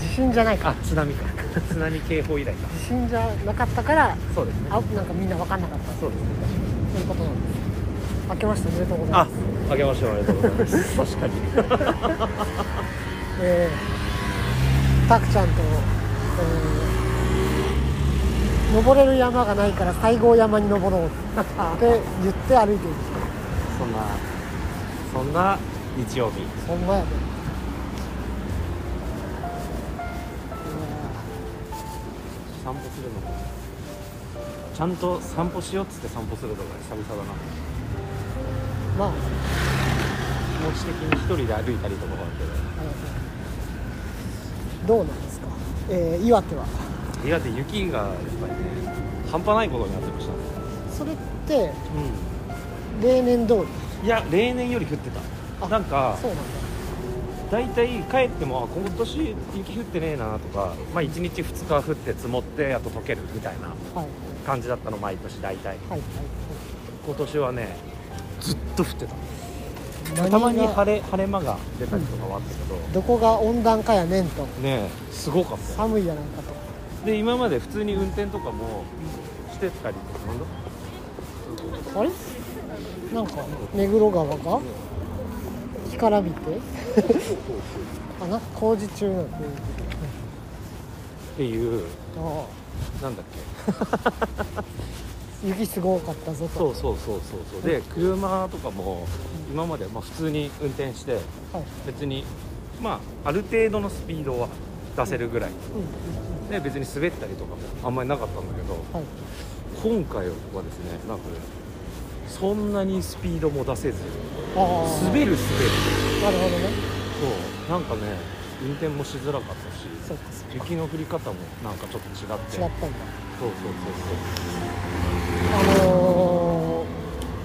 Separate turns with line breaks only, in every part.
地震じゃないかあ津波か
津波警報以来か
地震じゃなかったから
そうですね
あなんかみんな分かんなかった
そうですね
そういうことなんです明けましておめでとうござい
あ
ます、
あげましょうありがとうございます 確かに
えー、たくちゃんと、えー登れる山がないから西郷山に登ろうって言って歩いてるんですよ
そんなそんな日曜日
ほんまやで、ね、
散歩するのもちゃんと散歩しようっつって散歩するのが久々だな
まあ
気持ち的に一人で歩いたりとかはあるけど
あのどうなんですか、えー岩手は
岩手雪がやっぱりね半端ないことになってましたね
それって
う
例年通り
んいや例年より降って
あ
たなんか
そうなん
大体帰ってもあ今年雪降ってねえなとか、まあ、1日2日降って積もってあと溶けるみたいな
だはい
感じだったの毎年大体
はい
今年はねずっと降って
は
た
い
たまに
何が
晴れ晴れ間が出たりとかはあったけど、
どこが温暖化やねんと
ねえすごかったよ
寒いやないかと
で今まで普通に運転とかもしてたりとかなんだ
あれなんか目黒川が干から びてあなんか工事中なんで
っていう
ああ
なんだっけ
雪すごかったぞと
そうそうそうそうそうで車とかも今までまあ普通に運転して
はい
別にまあある程度のスピードは出せるぐらい
うんうん
で別に滑ったりとかもあんまりなかったんだけど
はい
今回はですねなんかねそんなにスピードも出せず
ああ
滑る滑る
なるほどね
そうなんかね運転もしづらかったし
そうかそう
雪の降り方もなんかちょっと違って
違
そ
っ
う
たんだ
そうそう
あの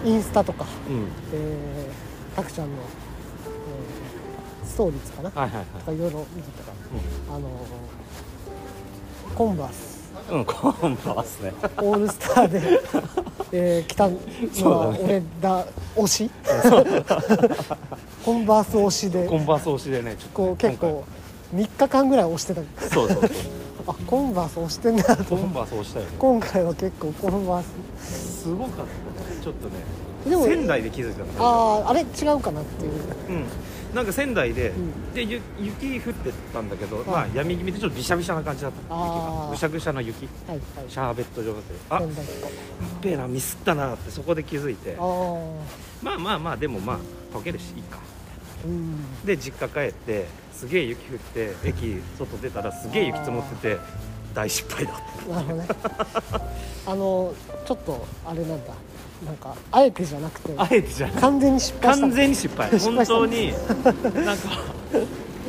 ーインスタとか
そううん
えー、たくちゃんの、えーストーリーズかなと
はいはい
かいろいろ見てたから、あのーコンバース
はいうん今度はですね
オールスタ ーで、えー、来たの
そう
は
だね
俺だ推しコンバース推しで
コンバース推しでねちょっとね
こう結構3日間ぐらい推してた
今回そうそうそう
あコンバース推してんなと
コ
思っ
ン
て
バース押したよね
今回は結構コンバース
すごかったねちょっとね
でも
仙台で気づいたの
あああれ違うかなっていう
うんなんか仙台で,、
ん
でゆ雪降ってたんだけど、
は
まあ
い
闇気味でちょっとびしゃびしゃな感じだった雪
あ
が
ー
ぐしゃぐしゃな雪
はいはい
シャーベット状だったよあ
仙
っ
台とか
べえなミスったなってそこで気づいて
ああ
まあまあまあでもまあ溶けるしいいか
うん
で実家帰ってすげえ雪降って駅外出たらすげえ雪積もってて大失敗だって
なるほどね あのちょっとあれなんだなんかあえてじゃなくて
あえてじゃない
完全に失敗した
完全に失敗
失
本
敗した
当になんか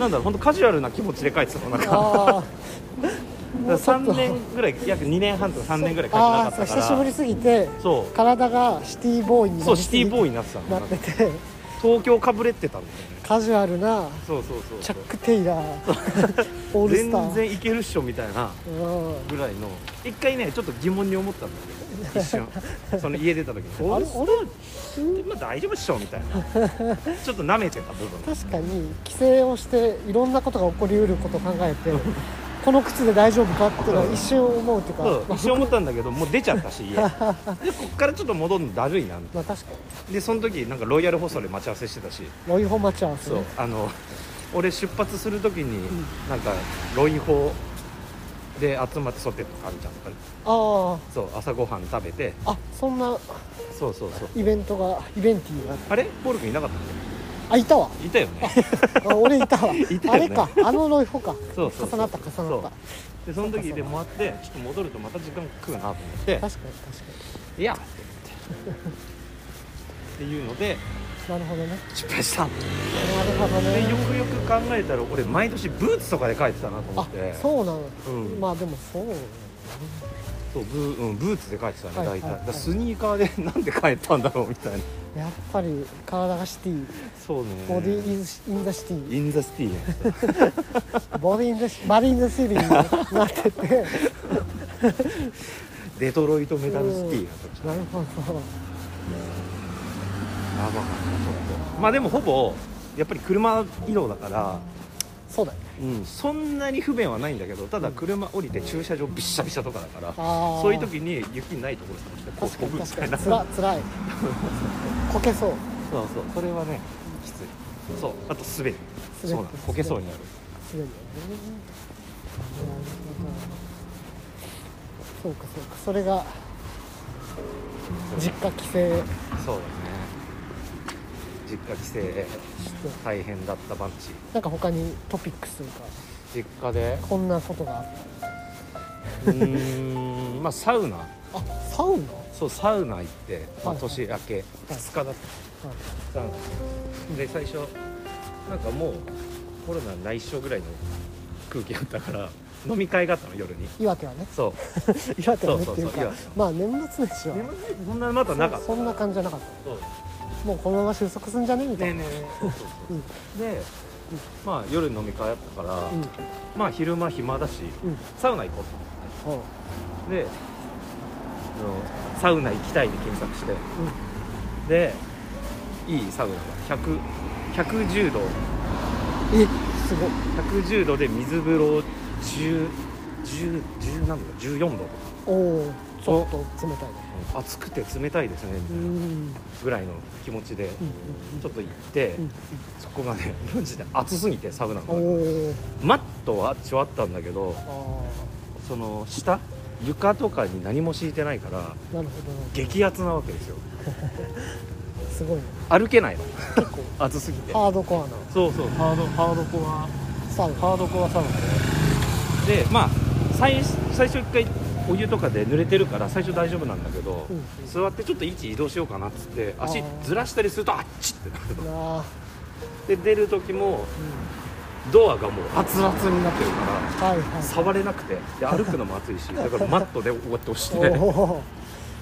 なんだろう本当カジュアルな気持ちで書いてたのなんか
あもうちょっと
3年ぐらい約2年半とか3年ぐらい書いてな
あ
か
あ
っ
ーそう
たか
久
ら
しぶりすぎて
そ
体がシティボーイに
う
な
そう
り
シ
す
テ
ぎ
ィボーイになってたの
なってて
東京かぶれてたんだよね
カジュアルな
そうそうそう
チ
そ
ャ
う
ック・テイラーオールスター
全然いけるっしょみたいな
うん
ぐらいの一回ねちょっと疑問に思ったんだけ ど一瞬その家出た時に
あ
俺
れ
ってまあ大丈夫っしょみたいなちょっと舐めてた部分
確かに帰省をしていろんなことが起こりうることを考えてこの靴で大丈夫かっていうのは一瞬思うっていうか、
そう一瞬思ったんだけどもう出ちゃったし家でこっからちょっと戻るのだるいなみたいな
まあ確かに
でその時なんかロイヤルホストで待ち合わせしてたし
ロイホ待ち合わせ
そう
ね
あの俺出発する時に
ん
なんかロイホで集まってソテーとかあるじゃん
ああ
そう朝ごはん食べて
あそんな
そうそうそう
イベントがイベンティーが
あれボル君いなかったんだよ
あい たわ
いたよ ね
あ俺いたわ
いたよ
あ
ね
れかあのロイホか
そうそうそう
重なった重なっ
でその時で回ってちょっと戻るとまた時間食うなと思って
た確かに確か
いやと思ってっていうので
になるほどね
失敗したで
なるほどね
よくよく考えたら俺毎年ブーツとかで書いてたなと思
あ
って
そうなの、
うん
まあでもそう
そうブー,、うん、ブーツで帰ってたね
はい
大体、
はいはい
だからスニーカーでなんで帰ったんだろうみたいな
やっぱり体がシティ
そうね
ボディーイズインザシティ
インザシティね
ボディインザシバリインザシティになってて
デトロイトメタルシティやったじゃん
なるほど
やばかったちょっとまあでもほぼやっぱり車移動だから
そうだよね
うん、そんなに不便はないんだけどただ車降りて駐車場びっしゃびしゃとかだから、
あー
そういう時に雪ないところさ来てこう
確か
飛
に
ぶみた
確か
い
に
な
つらつらい こけそう
そうそうそれはねきついそうあと滑る
滑る
そうなのこけそうになる
すでにねなるほどそうかそうかそれが実家帰省して
そうだね実家帰省大変だったバンチ
なんか他にトピックスというか
実家で
こんなことがあっ
うーんまあサウナ
たあサウナ
そうサウナ行って、まあ、
はいはい
年明け2日だった
はい
サウナで最初なんかもうコロナ内緒ぐらいの空気だったから飲み会があったの夜に
岩手はね
そう
岩手はねっ
そうそうそう
ていうか
岩手
まあ年末年始は
眠いそんなまだなかった
そんな感じじゃなかっ
そうね
たもうこのまま収束すんじゃねみた
え
いな、
ねえそうそうそうでまあ夜飲み会あったから、
うん
まあ昼間暇だし
うん
サウナ行こう
うんうん
とであのサウナ行きたいで検索してでいいサウナが100 110度
えすごい
110度で水風呂10 10 10何度14度とか
おおちょっと冷たいね
暑くて冷たいですねみた
う
い
んう
なんぐらいの気持ちで
うん
ちょっと行って
うん
そこがねマジで 暑すぎてサウナの
お
中
お
マットはあっちはあったんだけど
ああ
その下床とかに何も敷いてないから
ーなるほどな
激アツなわけですよ
すごいね
歩けないの
結構
暑すぎて
ハードコアな
そうそうハードハードコア
サウナ
ハードコアサウナででまあ最最初一回お湯とかで濡れてるから最初大丈夫なんだけど、
うん
座ってちょっと位置移動しようかなっつって足
あー
ずらしたりするとあっちってなるの
なあ、
で出る時も
うん、
ドアがもう熱々になってるから
はいは
触れなくてで歩くのも暑いしだからマットでこうやって押して
いおお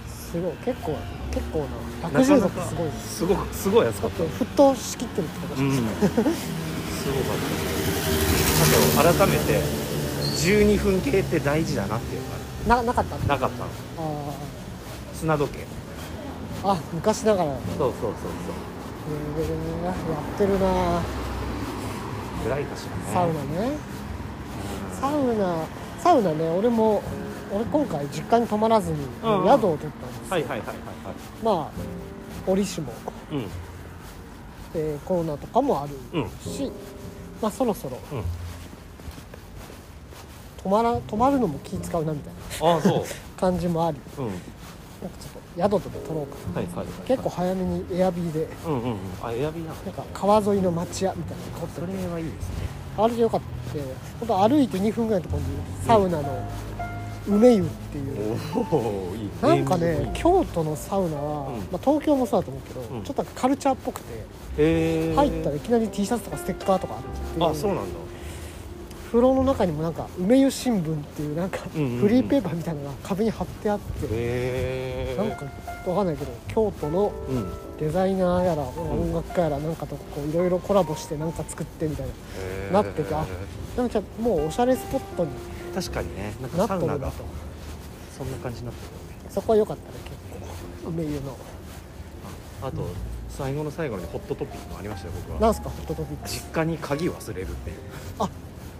すごい結構結構な110度ってすごいね
すごくすごい暑
ち
か
ょ
っ
っと沸騰しきってるってこと
たうんすごかったあと改めて12分計って大事だなっていうか
ななかったあ
なかったの砂時計
ああ昔ながらへ
そうそうそう
えやってるな
そうぐらいかしらね
サウナねサウナサウナね俺も俺今回実家に泊まらずに
うんうん
宿を取ったんですよ、
はいはいはいはいは
まあ折しも、
いうん
えーコーナーとかもある
うん
し、まあそろそろ
うん
泊まら泊まるのも気使うなみたいな
ああそ
感じもあり
ううん
なんかちょっと宿とか取ろうか
はいはいはい
な結構早めにエアビーで
うんうんうんあエアビーな
なんか川沿いの町屋みたいなの取って
それはいいですね
あれでよかったってほんと歩いて2分ぐらいのところにサウナの梅湯っていう
おおいい
なんかね
今
京都のサウナは、
うん
まあ、東京もそうだと思うけど、
うん
ちょっとカルチャーっぽくて
日へえ
入ったらいきなり T シャツとかステッカーとかあるっていう
あそうなんだ
風呂の中にもなんか梅湯新聞っていうなんか
うんうんうん
フリーペーパーみたいなのが壁に貼ってあって、
へえ
なんかわかんないけど京都の
うん
デザイナーやら
ん
音楽家やらなんかとこういろいろコラボしてなんか作ってみたいな
へー
なっててあでもじゃあもうおしゃれスポットに
確かにねなん
な
かサ
っ
ウ
とるな
ナ
と
がそんな感じになってるよね
そこは良かったね結構梅湯の
あと最後の最後にホットトピックもありましたよ僕は
なんすかホットトピックス
実家に鍵忘れるっていう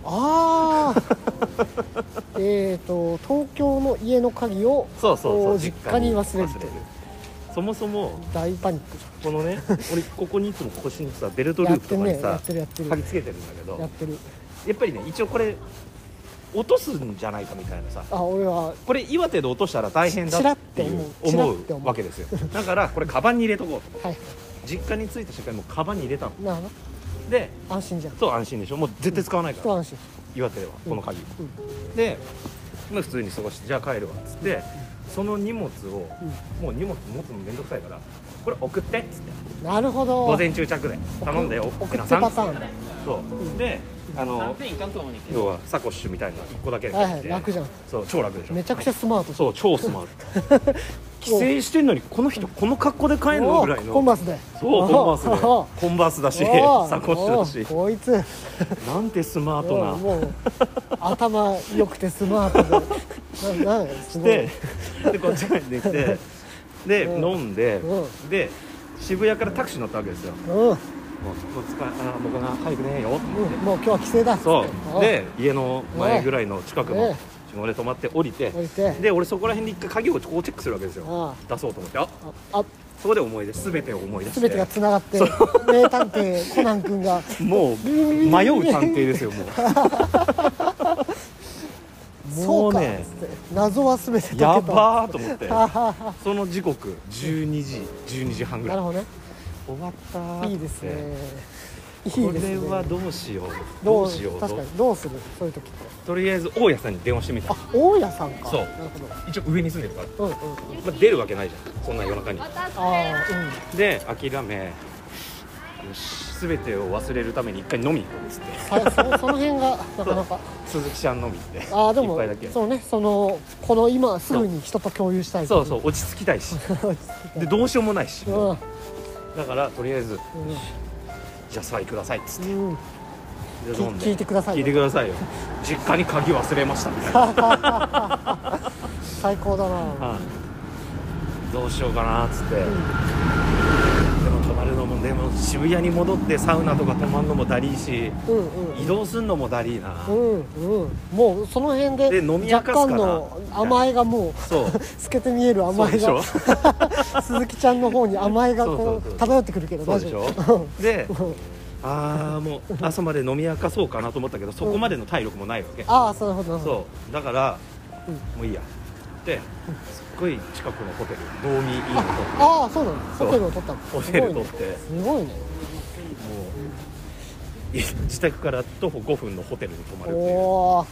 ああ えっと東京の家の鍵を
そうそうそ
こ
う
実家に忘れるって
そもそも
大パニックじ
この ね俺ここにいつも腰にさベルト
ゃ
ル
んや
ー
っ
プ
て
と
る
かに
ねや
さ
ってるやってる
鍵つけてるんだけど
やってる
やっぱりね一応これ落とすんじゃないかみたいなさ
あ俺は
これ岩手で落としたら大変だ
ちらっ
ってていう
思うちら
思
っ
う
て思う
わけですよだからこれカバンに入れとこうと
はい
実家に着いた瞬間にもうカバンに入れたの
なあ
で
安心じゃん
そう安心でしょもう絶対使わないから、
一安心
岩手ではこの鍵、
うん
で、まあ、普通に過ごしてじゃあ帰るわっつって、その荷物をもう荷物持つのめんどくさいからこれ送ってっつって
うんなるほど
午前中着で頼んでよ
送っ
奥
て
なさん
パターンは
そう、
ん
であの
3点いかんと思うねんけど
要はサコッシュみたいな1個だけ
い
で買って、
はい楽じゃん
そう超楽でしょ
めちゃくちゃスマートじゃん
そう超スマート 帰省してんのにこの人この格好で帰るの
おー
ぐらいの
コンバースで
そうコンバースで
お
コンバースだし
おー
サコッシュだ
お
し
ーこいつ
なんてスマートな
もうもう頭良くてスマートで ななんすごい
ででこっち帰ってきてで
うん
飲んで
う
で渋谷からタクシー乗ったわけですよも
うん、うん、
うもう疲れあもうこんな早くねえよと思って、
もう今日は帰省だっつって
そうで家の前ぐらいの近く
え
の
え
下で止まって降りて
置いて
で俺そこら辺で一回鍵をこうチェックするわけですよ
あ
出そうと思ってあ
ああ
そこで思い出す全てを思い出して
全てがつながって名探偵コナン 君が
もう迷う探偵ですよ もう
そ
も
う
う
か
ね
つって謎は全て解けた
やばーと思って
ははは
その時刻12時12時半ぐ
な
ら
る
い
ほどね
終わったーって
いいですねいい
こ
ですね
れはどうしよう
ど
ど
う
うしよう
確か
ど
にどうするそういう時って
うとりあえず大家さんに電話してみた
あ大家さんか
そう
なるほど
一応上に住んでるから、
うんうんうん
まあ、出るわけないじゃんそんな夜中に
ああうん
で諦めよし全てを忘れるために一回飲み行こうっつって
さそそ の辺がなかな か
鈴木ちゃん飲み行って
ああで
一
も
杯だけ
そうねそのこの今すぐに人と共有したい
そうそう落ち着きたいし
う
でどうしようもないし
うんうん
だからとりあえずじゃあさあくださいっつって
うん
で飲んで
聞いてください
聞いてくださいよ実家に鍵忘れましたみたいな、
最高だな
はいどうしようかなっつって、でも泊まるのもでも渋谷に戻ってサウナとか泊まるのもだりーし
うんうん
移動すんのもだりーな、
うんうんもうその辺で
で飲み明かす
若
かな
干の甘えがもう
そう
透けて見える甘え
そう
が
でし
鈴木ちゃんの方に甘えが
そうそ
こ
うそうう
漂ってくるけど
そう
大
でし
丈
ょ
夫
で
うん
ああもう朝まで飲み明かそうかなと思ったけどそこまでの体力もないわけ、
ああそうなるほどなるほど
そうだから、
うん
もういいやですっごい近くのホテル道民いいの
ああそうなの
そう
ホテルを取ったの
とホ
す
テル
ごい
取っ
ね
ても
すごいね
うい自宅から徒歩5分のホテルに泊まるっていう
おお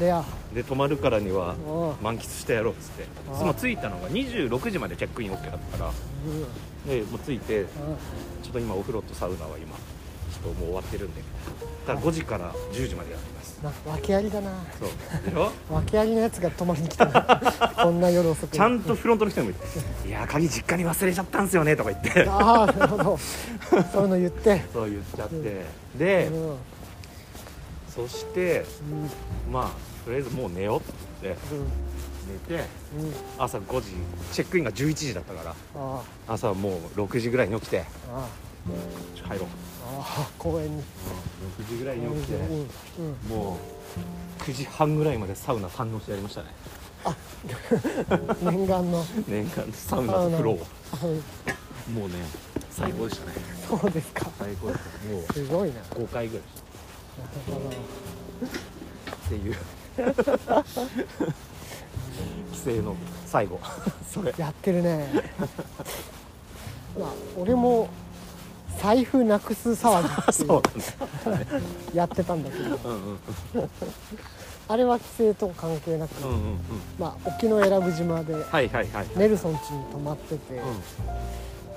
レア
で泊まるからには
おー
満喫してやろうっつって
あー
その着いたのが26時までチェックイン OK だったから
うん
でもう着いて
うん
ちょっと今お風呂とサウナは今ちょっともう終わってるんでだから5時から10時までやってます
な訳ありだな
そうでしょ
訳ありのやつが泊まりに来た なこんな夜遅くに
ちゃんとフロントの人にも言って「いやー鍵実家に忘れちゃったんすよね」とか言って
ああなるほどそういうの言って
そう言っちゃってで
うんうん
そしてまあとりあえずもう寝ようって言って寝て
うんうん
朝5時チェックインが11時だったから
あ
朝はもう6時ぐらいに起きて
あああ
ちょ入ろう
ああ公園に
6時ぐらいに起きて
うんうん
もう9時半ぐらいまでサウナ堪能してやりましたね
念願の
年間のサウナと風呂を
うん
もうね最高でしたね
そうですか
最高でしたもう
すごいななる
5回ぐらいした
ほど
っていう 帰省の最後それ
やってるねまあ俺も財布なくす騒ぎっていう
そう
やってたんだけど
うんうん
あれは規制と関係なく、
うんうんうん
まあ、沖永良部島で
はいはいはい
ネルソン家に泊まってて、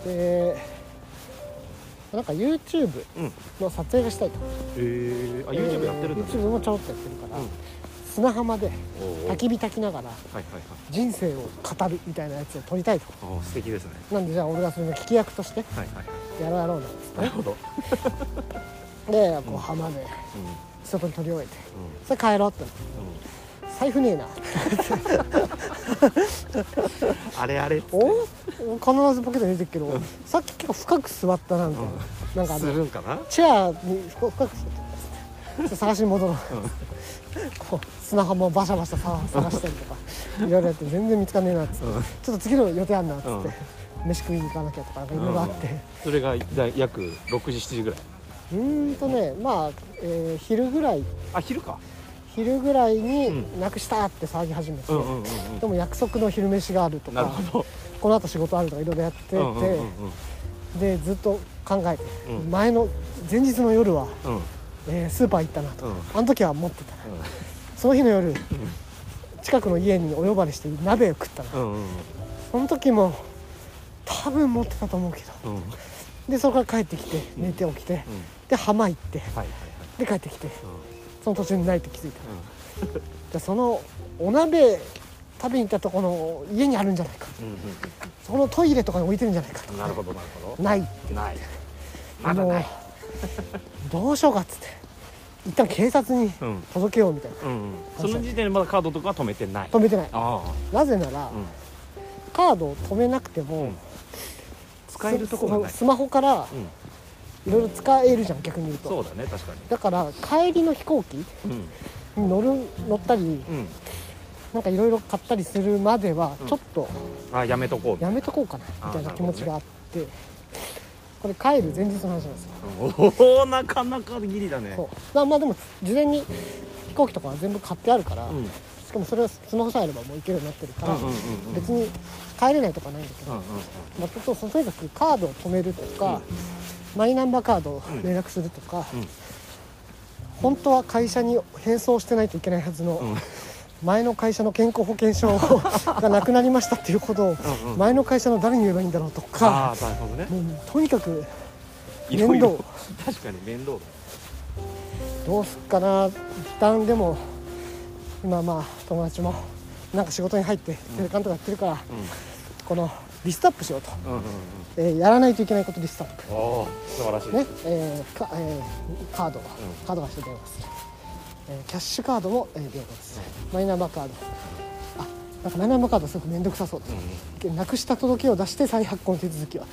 でなんか YouTube
うんうん
の撮影がしたいと
えー、あ YouTube やってるんだ、
YouTube もちょろっとやってるから、
うん
砂浜で
おー
焚き火焚きながら
はいはいはい
人生を語るみたいなやつを撮りたいと
あー素敵ですね
なんでじゃあ俺がそれの聞き役として
はいはいは
やろうやろうなん
い
つ
なるほど
ってでこう浜で
うんうん
外に撮り終えてそれ帰ろうってなって
う
財布ね えなん
あれあれっつって
お必ずポケットに入れてるけどさっき結構深く座ったなみたいな,、なんかあ
す
の
るんかな
チェアに深く座ってちょっと探しに戻ろう、こう砂浜をバシャバシャさ探したりとかいろいろやって全然見つかんねえなっつって、
うん
ちょっと次の予定あんなっつって、飯食いに行かなきゃとかなんかいろいろあって
それがだ約6時7時ぐらいう
ーんとねまあ、えー昼ぐらい
あ昼か
昼ぐらいうになくしたって騒ぎ始めて、
うんうんうん
でも約束の昼飯があると
うんなる
か
ほど
この後仕事あるとかいろいろやってて、
うんうんうん
でずっと考えて、
うん
前の前日の夜は、
うんうん
えースーパー行ったなと、
うん
あの時は持ってたな
うん
その日の夜近くの家にお呼ばれして鍋を食ったな、
うんうん
その時も多分持ってたと思うけど
うんうん
でそこから帰ってきて寝て起きて、で浜行って
はいはいはい
で帰ってきて
うん
その途中にないって気づいた、じゃあそのお鍋食べに行ったとこの家にあるんじゃないか
うんうん
そこのトイレとかに置いてるんじゃないかと
うんなるほどなるほ
ない
どないまだない
もうどうしようかっつって一旦警察に
うん
届けようみたいな、
うんうんその時点でまだカードとかは止めてない
止めてない
ああ
なぜなら、
うん
カードを止めなくても、
ん使えるとこがない
スマホから
うん
いろいろ使えるじゃん逆に言うと
そうだね確かに
だから帰りの飛行機に
うん
乗る乗ったり
うん
なんかいろいろ買ったりするまでは
うん
ちょっと
あやめとこう
やめとこうかな
あー
みたいな気持ちがあって、これ帰る前日の話なんですよ、
おおなかなかギリだね
そうまあまあでも事前に飛行機とかは全部買ってあるから、
うんうん
しかもそれはスマホさえあればもう行けるようになってるから、
うんうんうん
別に帰れないとかないんだけど、
うんうん
まあ、ちょっとそのとにかくカードを止めるとか、マイナンバーカードを
うん
連絡するとか、
うん
本当は会社に返送してないといけないはずの、
うん
前の会社の健康保険証がなくなりましたっていうことを
うんうん
前の会社の誰に言えばいいんだろうと
あ
か、
あなるほどね
もうとにかく
いろいろ
面倒
確かに面倒だ
どうすっかな一旦でも今まあ友達もなんか仕事に入ってテレカンとかやってるから、このリストアップしようと、
うんうんうんうん
えーやらないといけないことリストアップ
おお素晴らしい
ねえーかえーカード、カードがして電話する、えーキャッシュカードも、えー電話するマイナンバーカードあなんかマイナンバーカードすごく面倒くさそうです、なくした届けを出して再発行の手続きは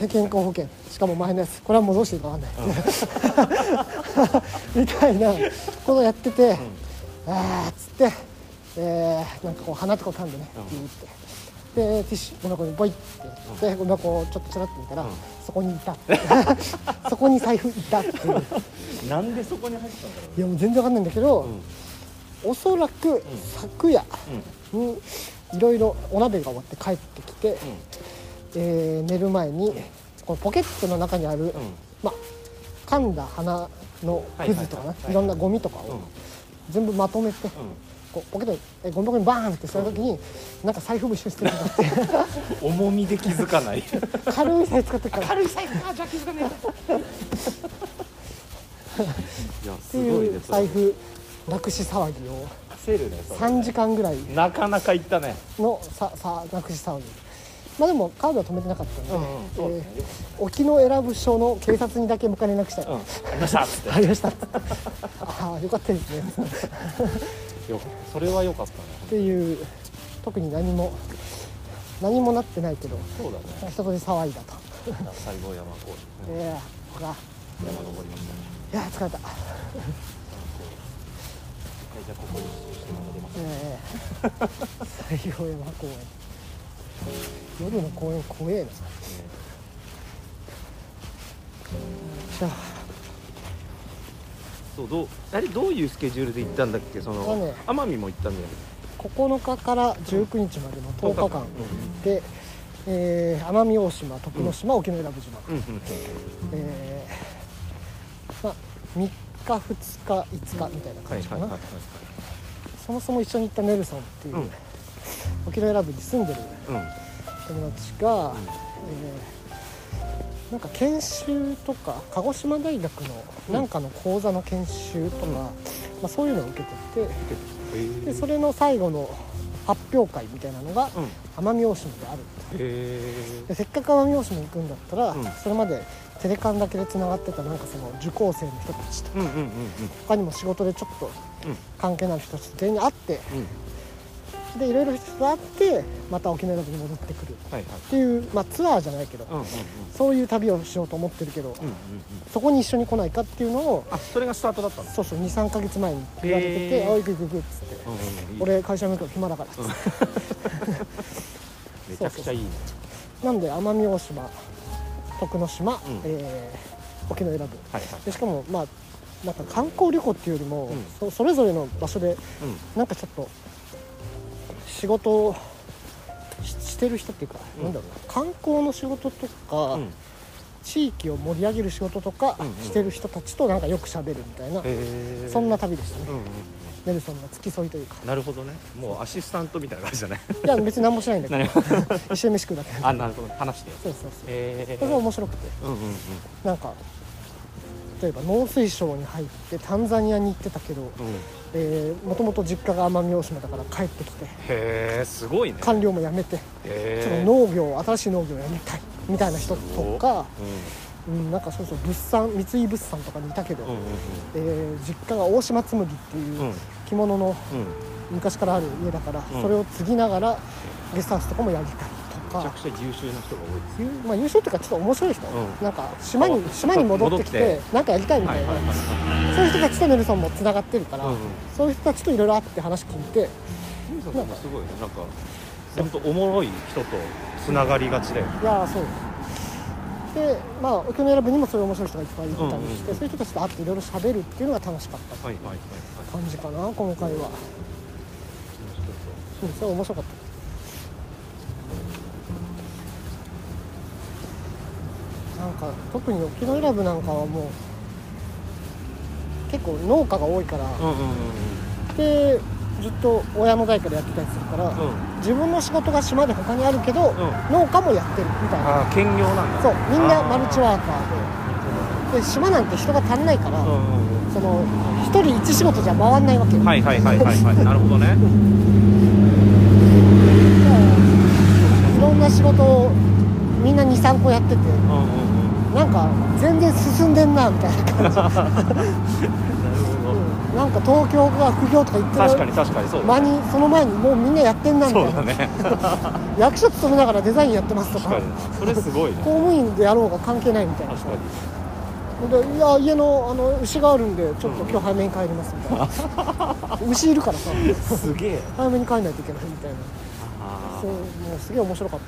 で健康保険しかも前のやつこれはもうどうしていいか分かんない、 みたいなことをやってて、あーっつって、えーなんかこう鼻とか噛んでね、
うん
ビーってでティッシュゴミ箱にボイってやって、ゴミ箱をちょっとちらっと見たら、
うん
そこにいたそこに財布いたっていう
うんなんでそこに入ったんだろ
いやもう全然わかんないんだけど、
うね
おそらく昨夜
うんうん
にいろいろお鍋が終わって帰ってきて、えー寝る前にこのポケットの中にある、
うん
まあ噛んだ花のくずとか
はいはいは
ね
いはい
いろんなゴミとか
うん
を全部まとめて、こうポケットにえゴミ箱にバーンってその時に、なんか財布も一緒に捨てるとかって
うん重みで気づかない
軽い財布使ってるから
軽い財布かじゃあ気づかないいや
って
すごい
い
で
う
す
財布なくし騒ぎを
焦るねそれ
3時間ぐらい
なかなかいったね
のささなくし騒ぎまあでもカードは止めてなかった
うん
の
うん
で、
そうだね
え
よか
ー沖の選ぶ署の警察にだけ向か連絡したい、
うんありましたっつって
ありましたああよかったですねっ
よそれは良かったね
ていう特に何も何もなってないけど
そうだね
そこで騒いだと、
最後山高
え
ね
えほらい
山登りましたね
や疲れた
はいじゃあここにしてもらってます
ええ西洋山公園夜の公園怖えなじゃ
そうどうあれどういうスケジュールで行ったんだっけそ
そうね
の奄美も行ったんだよね
9日から19日までの10日間
う
で、えー奄美大島徳之島、沖永良部島、
んうんうん
えーまあ、3日2日5日みたいな
はい
感じか
はい
な、
はいはい
そもそも一緒に行ったネルソンっていう、
うん
沖永良部に住んでる
う
友達が、
ん
えーなんか研修とか鹿児島大学のなんかの講座の研修とか、
うん
まあ、そういうのを受けてて
うん
でそれの最後の発表会みたいなのが
うんへ
奄美大島である
え
でせっかく奄美大島に行くんだったら、
うん
それまでテレカンだけでつながってたなんかその受講生の人たちと
うんうんうんうん
他にも仕事でちょっと
うん
関係のある人たち全員に会って
うん
でいろいろ人と会ってまた沖縄に戻ってくるっ
はいはい
ていう、まあ、ツアーじゃないけど、
うんうんうん
そういう旅をしようと思ってるけど、
うんうんうん
そこに一緒に来ないかっていうのを
あそれがスタートだったの
そうそう23か月前に言われてて「
へー
あ行く行く行く」っつって
うんうんい
「
い
俺会社向くの暇だから」っつって、
めちゃくちゃいいね
なんで奄美大島徳之島、
ん
えー沖永良部
はいはい
でしかもまあなんか観光旅行っていうよりも、
うん
そそれぞれの場所で
うん
なんかちょっと仕事をししてる人っていうか、
うん
なんだろうな観光の仕事とか、
うん
地域を盛り上げる仕事とか
うんうん
してる人たちとなんかよくしゃべるみたいな、
へー
そんな旅でしたね、
うんうん
ネルソンの付き添い というか
なるほどねもうアシスタントみたいな感じだね
いや別に何もしないんだけ
何
ど
も
一緒に飯食うだけなんで
あなるほど話してよ
そうそうそう
へ
そ
え
れが面白くて
うんうんうん
なんか例えば農水省に入ってタンザニアに行ってたけど
うん
もともと実家が奄美大島だから帰ってきて
へえすごいね
官僚も辞めて
へ
ちょっ
え
と農業新しい農業をやりたいみたいな人とか、
う
うん、なんかそうそう物産三井物産とかにいたけど、
んうんうん
えー実家が大島紬っていう
うん
着物の
うん
昔からある家だから、
うん
それを継ぎながらゲストハウスとかもやりたいと
めち
か
ゃくちゃ優秀な人が多いです
ゆまあ、優秀っていうかちょっと面白い人、
うん
なんか島に島に戻ってき
戻って
なんかやりたいみたいな、そういう人たちとネルソンもつながってるから、
うんうん
そういう人たちといろいろ会って話聞いて
ミミさんもすごいねなんか本当おもろい人とつながりがちだよね
いやーそうでまあ沖縄選ぶにもそういう面白い人がいっぱいいたりして、
うんうん
そういう人たちと会っていろいろ喋るっていうのが楽しかった
はいはいはいはい
感じかな今回は、うん、それ面白かったなんか特に沖縄選ぶなんかはもう結構農家が多いから、
うんうんうん
でずっと親の代からやってたりするから、
うん
自分の仕事が島で他にあるけど、農家もやってるみたいな
ああ兼業なんだ
そうみんな
あー
マルチワーカーでで島なんて人が足んないから、
うんうん
その一人一仕事じゃ回んないわけ
う
よ、
んはいはいはいはいはいなるほどね
だからいろんな仕事をみんな23個やってて
うんうんうん
なんか全然進んでんなみたいな 感じ、
なるほど
うんなんか東京が副業とか言ってる
確かに確かにそう
間
だね
にその前にもうみんなやってんなみた
そう
いな、
だね
役所勤めながらデザインやってますと
確
か
かにそれすごいね
公務員でやろうが関係ないみたいな
確かに
でいや家のあの牛があるんでちょっと今日早めに帰りますみた いな牛いるからさ
すげえ
早めに帰んないといけないみたいな
ああ
そうもうすげえ面白かった、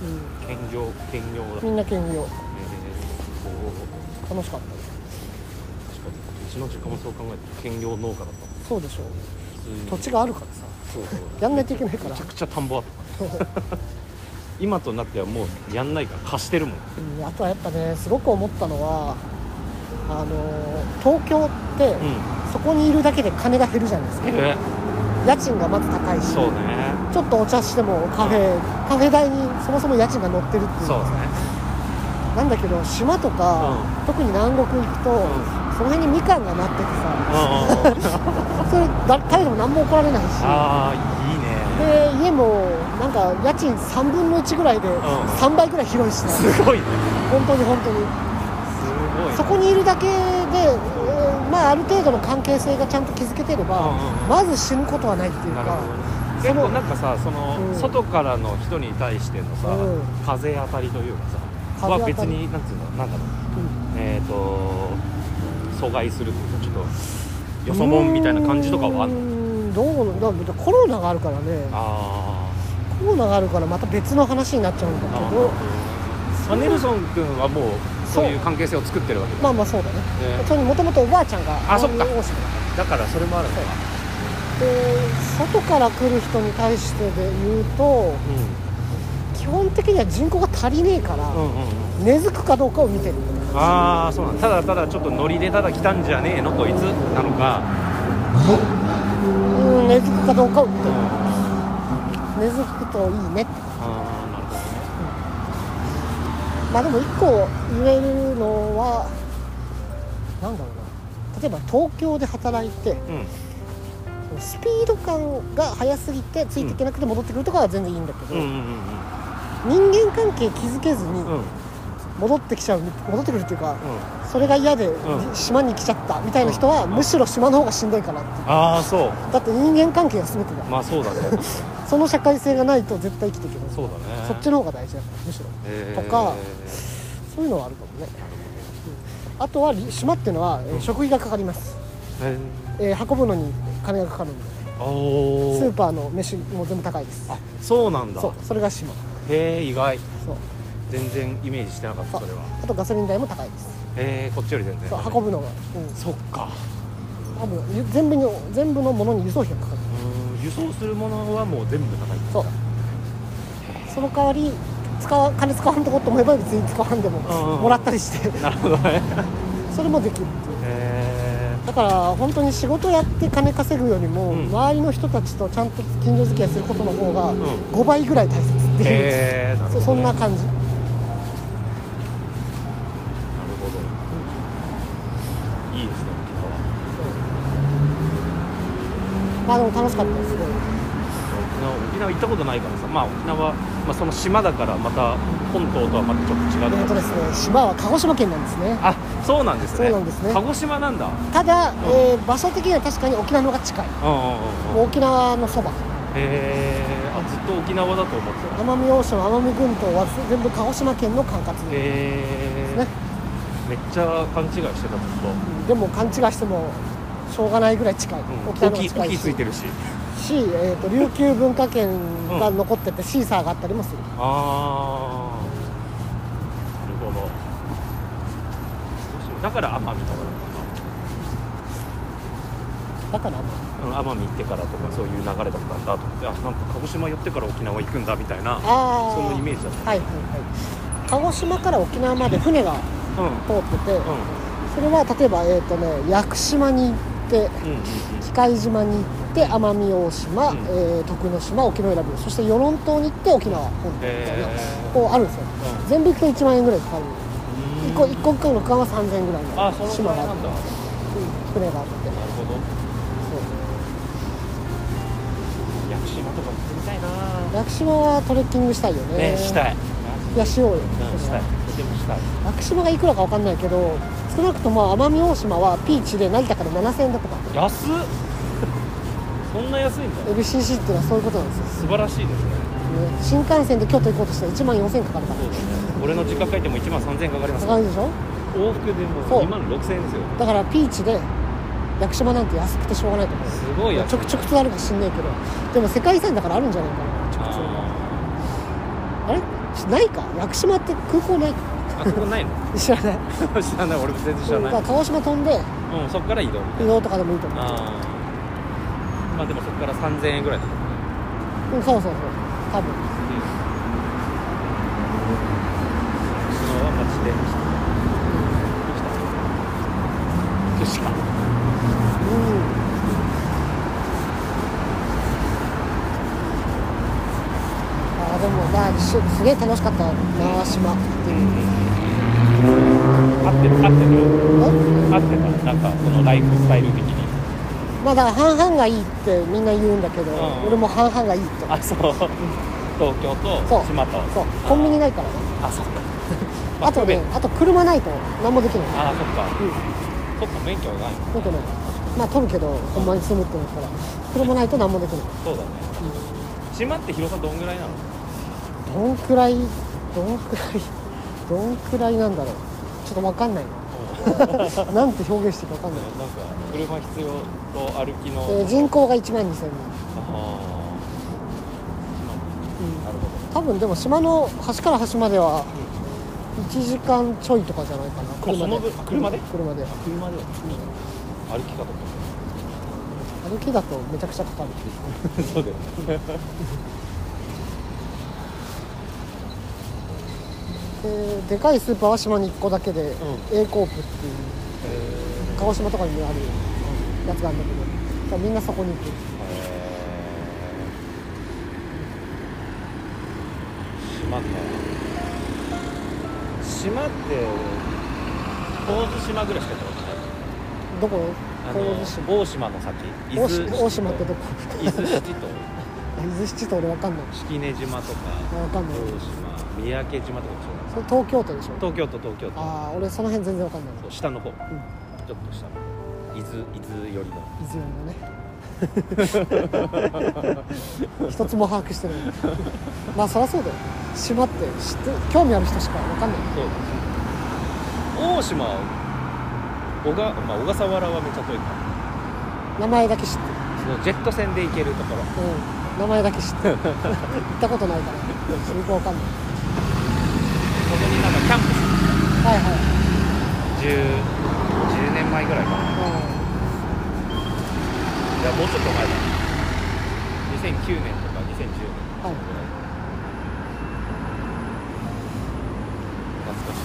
うん
兼業兼業だ
みんな兼
えー
業
お
楽しかった
ー確かにうちの実家もそう考えて兼業農家だった
そうでしょ
普通に
土地があるからさ
そうそう
やんないといけないから
めちゃくちゃ田んぼあった今となってはもうやんないから貸してるもん
うんあとはやっぱねすごく思ったのはあのー東京って、
う
そこにいるだけで金が減るじゃないですか
んえ
家賃がまず高いし
そうね
ちょっとお茶してもカフェカフェ代にそもそも家賃が乗ってるっていう
そうね
なんだけど島とか、
う
特に南国行くと、
ん
その辺にみかんがなってて
う
さ
んうんうん
それだ態度も何も怒られないし
ああいいね
で家もなんか家賃3分の1ぐらいで3倍ぐらい広いしね、
すごいね
本当に本当に
すごいね
そこにいるだけで、えーまあある程度の関係性がちゃんと築けてれば、
うんうんうん
まず死ぬことはないっていう
なる
か
ほどね
そ
結
の
構なんかさその、
うん
外からの人に対してのさ、
うん
風当たりというかさ
風当
は
たり
別になんつうのなんだろう
うん
えっ、ー、と阻害するというかちょっとよそもんみたいな感じとかはあん
う
の
ーんどうなんだろうコロナがあるからね
あ
コロナがあるからまた別の話になっちゃうんだ
ー
け
なるほど
ど
まあネルソン君はもう
そ
そうういう関係性を作ってるわけ
まあまあそうだね
ね
それにもともとおばあちゃんが
あそっか
奄美大島
だからそれもあるのか
で外から来る人に対してで言うと基本的には人口が足りねえから、
うん、うんうんうん
根付くかどうかを見てるって感じ
ああそうなんだただただちょっとノリでただ来たんじゃねえのこいつなのか
うん根付くかどうかを見てる
あ
根付くといいねって
あーなるほどね
まあでも1個言えるのはなんだろうな例えば東京で働いて
うん
スピード感が速すぎてついていけなくて戻ってくるとかは全然いいんだけど、
うんうん
人間関係築けずに
うんうんうん
戻ってきちゃう戻ってくるっていうか、
うん
それが嫌で
うん
島に来ちゃったみたいな人はむしろ島の方がしんどいかなって
ああそう
だって人間関係が全てだ
まあそうだね
その社会性がないと絶対生きていけない
そうだね
そっちの方が大事だからむしろ
え
と
ー
かそういうのはあるかもね、うんあとはり島っていうのは、えー食費がかかります、
え
えー運ぶのに金がかかるので
ー、お
スー
ー
パーの飯も全部高いです
あそうなんだ
そうそれが島
へえ意外
そう
全然イメージしてなかった
そう
それは
あとガソリン代も高いです
へえこっちより全然
そう運ぶのが、うん
そっか
多分ゆ全部に全部のものに輸送費がかかる
うーん輸送するものはもう全部高い
そうその代わり使わ金使わんとこうと思えば別に使わんでも
んうん
もらったりして
なるほどね
それもできるっていう
へ
だから本当に仕事やって金稼ぐよりも、
うん
周りの人たちとちゃんと近所付き合いすることの方が
ん
5倍ぐらい大切って
えへ
いう、
えなるほど、
そ
ね、
そんな感じ
なるほどいいですね沖縄
まあでも楽しかったですごい
沖縄沖縄行ったことないからさまあ沖縄、まあ、その島だからまた本島とはまたちょっと違う
えっとですね島は鹿児島県なんですね
あそうなんですね
そうなんですね
鹿児島なんだうん
ただ、えー場所的には確かに沖縄の方が近い
うんうんうん
沖縄のそば
えー、あずっと沖縄だと思ってた
奄美大島奄美群島は全部鹿児島県の管轄で
え
す
ー
ね、
めっちゃ勘違いしてたずっと
うんでも勘違いしてもしょうがないぐらい近い、
うん
沖縄の方
沖
が近い
沖つい
して
るし
えーと琉球文化圏が残っててシーサーがあったりもする、
ああなるほどだから奄美とか
だからま
なのかなうん奄美行ってからとかそういう流れだったんだと思ってあなんか鹿児島寄ってから沖縄行くんだみたいな
ああ
そのイメ
ー
ージだっ
はいはいはい鹿児島から沖縄まで船が
たうんうん
通ってて、
うん
それは例えばえっ、とね屋久島に行って
うんうん
機械島に行って奄美大島、
うん
えー徳之島沖永良部そして与論島に行って沖縄本島みたいな、
へー
こうあるんですよ、
うん
全部行くと1万円ぐらいかか
う
る
ん
1個一個一個の区間は3000円ぐらい
あその
の
く
島
らい
があ
なん
って
だなる
うん船があって
ほど屋久島とか行ってみたいな
そう屋久島はトレッキングしたいよね
ねしたい
いやしようよ、
うんしたいとてもしたい
屋久島がいくらか分かんないけど少なくとも奄美大島はピーチで成田から7000円だとか
安っ そんな安いんだ
LCC っていうのはそういうことなんですよ、
素晴
ね
らしいですね
新幹線で京都行こうとしたら1万4000円かかるか
そう
ら
だね俺の実家帰っても1万3000円かかります
高いでしょ
往復でも
そう
う2万6000円ですよ
だからピーチで屋久島なんて安くてしょうがないと思う
すごい安い
ちょくちょくとあるか知んないけどでも世界遺産だからあるんじゃないかなちょくちょく
あ
あれないか屋久島って空港ないか
ーあそこないの
知らな い
知らない俺も全然知ら
だ
ない
から鹿児島飛んで
うんそっから移動
移動とかでもいいと思う
ああまあでもそっから3000円ぐらいだもんね
うんそうそうそう多分
うんそのまま街でできたできた
うんあーでもまあしすげえ楽しかったな島
うん合ってる合ってる
うん
合ってたなんかそのライフスタイル的に
まあだから半々がいいってみんな言うんだけど、
うん
俺も半々がいいって
あそう東京
そ
と
う
島と
そうコンビニないからね
あそっかま
あとね
不便
あと車ないと何もできない
あそっか
うん
そっか免許がない
だけどまあ取るけどほんまに住むってなったら車ないと何もできない、
そうだね島って広さどんぐらいなの
どんくらいどんくらいどんくらいなんだろうちょっとわかんないな なんて表現していいかわかんない、
なんか車必要と歩きの、
えー人口が1万2000人、
ああなるほど
多分でも島の端から端までは1時間ちょいとかじゃないかな
その分あ車で
車で
車で歩き方 と
歩きだとめちゃくちゃかかる
かそうだよね
ででかいスーパーは島に1個だけで、
う
A コープっていう鹿児島とかにあるやつがあるんだけどだからみんなそこに行く
島か島って神津島ぐらいしか行ったことない
どこ
あ
神津
の大島の先伊
島大
豆七
島
島
大島ってどこ
伊豆七島
伊豆七島俺わかんない
式根島とか
わかんない
大島三宅島とか
それ東京都でしょ
そう東京都東京都
ああ俺その辺全然わかんない
そう下の方、
ん
ちょっと下の方伊豆伊豆寄りの
伊豆よりもね一つも把握してないまあそりゃそうだよ島って知って興味ある人しかわかんない
そうだ大島は小が、まあ、小笠原はめっちゃ遠いか
名前だけ知って
らそのジェット船で行けるところ
るうん名前だけ知ってる行ったことないからよくわかんない
そこになんかキャンプする
はいは
10, 10年前ぐらいかない
い、
やもうちょっと前だ2009年とか2010年とかそ
はい
のぐらい懐かし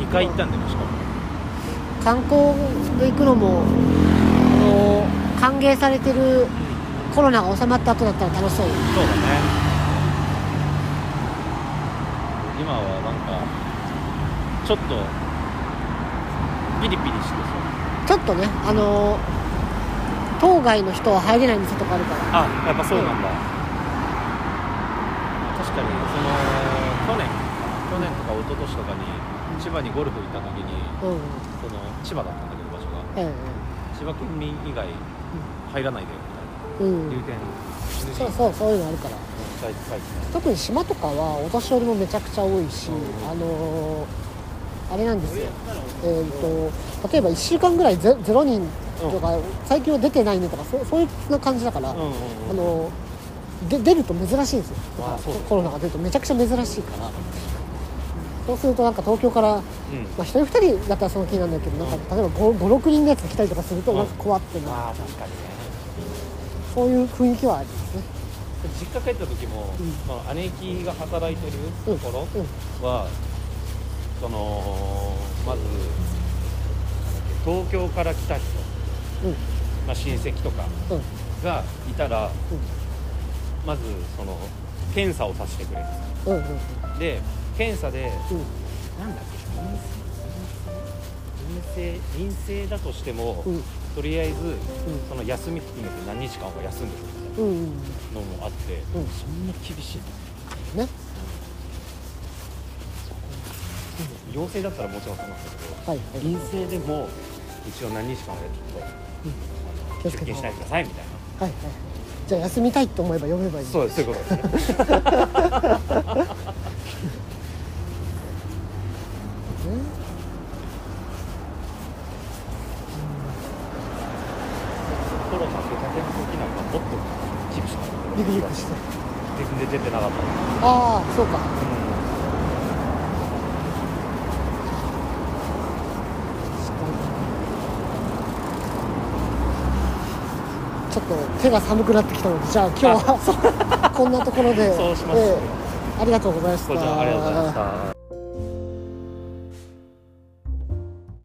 い2回行ったんだよしかも
うん、観光で行くのもあの歓迎されてるコロナが収まった後だったら楽しそうよ
そうだね今はなんかちょっとピリピリしてそう
ちょっとねあの当該の人は入れない店とかあるから
あやっぱそうなんだ、確かにその去年去年とか一昨年とかに千葉にゴルフ行った時に
うんうん
その千葉だったんだけど場所が
ええ
千葉県民以外入らないでよ
う
みたいな入
ん
店
そ
NG
うそうそういうのあるから
書いて書いて
特に島とかはお年寄りもめちゃくちゃ多いし、
うん
あのーあれなんですよ、えー、と例えば1週間ぐらいゼゼロ人とか、最近は出てないねとかそうそういう感じだから、
たうんうん
あ
うん
ので出ると珍しいんですよだから
あそう
コロナが出るとめちゃくちゃ珍しいからそうするとなんか東京から、ま
うん
あ、1人2人だったらその気になるんだけどなんか例えば56人のやつが来たりとかすると
うん
なんか怖ってな
ああ確かにね
そういう雰囲気はありますね
実家帰った時も、
うん
まあ、姉貴が働いてる
う
と
ん
ころ
うん
は、そのまず東京から来た人、
うん
まあ、親戚とか
うん
がいたらまずその検査をさせてくれるんです
うんうんうん
よで検査で
うん
なんだっけ陰性陰性陰性だとしても、
うん
とりあえずその休み含めて何日間は休んでる
うんうんうん
のもあって、
うん
そんな厳しい
ね
陽性だったらもちろんそうなんです
はい
けど
は
陰性でも一応何日間はちょっ
い
と出
気をつけて
勤しないでくださいみたいな
はいはいじゃあ休みたいと思えば読めばいい
そうそういうことですね
ね
コロナ出かけの時なんかもっと厳しかった
ビクビクして
全然出てなかった
ああそうか確かにちょっと手が寒くなってきたのでじゃあ今日は こんなところで
そうします
ええありがとうございました
こちらありがとうございました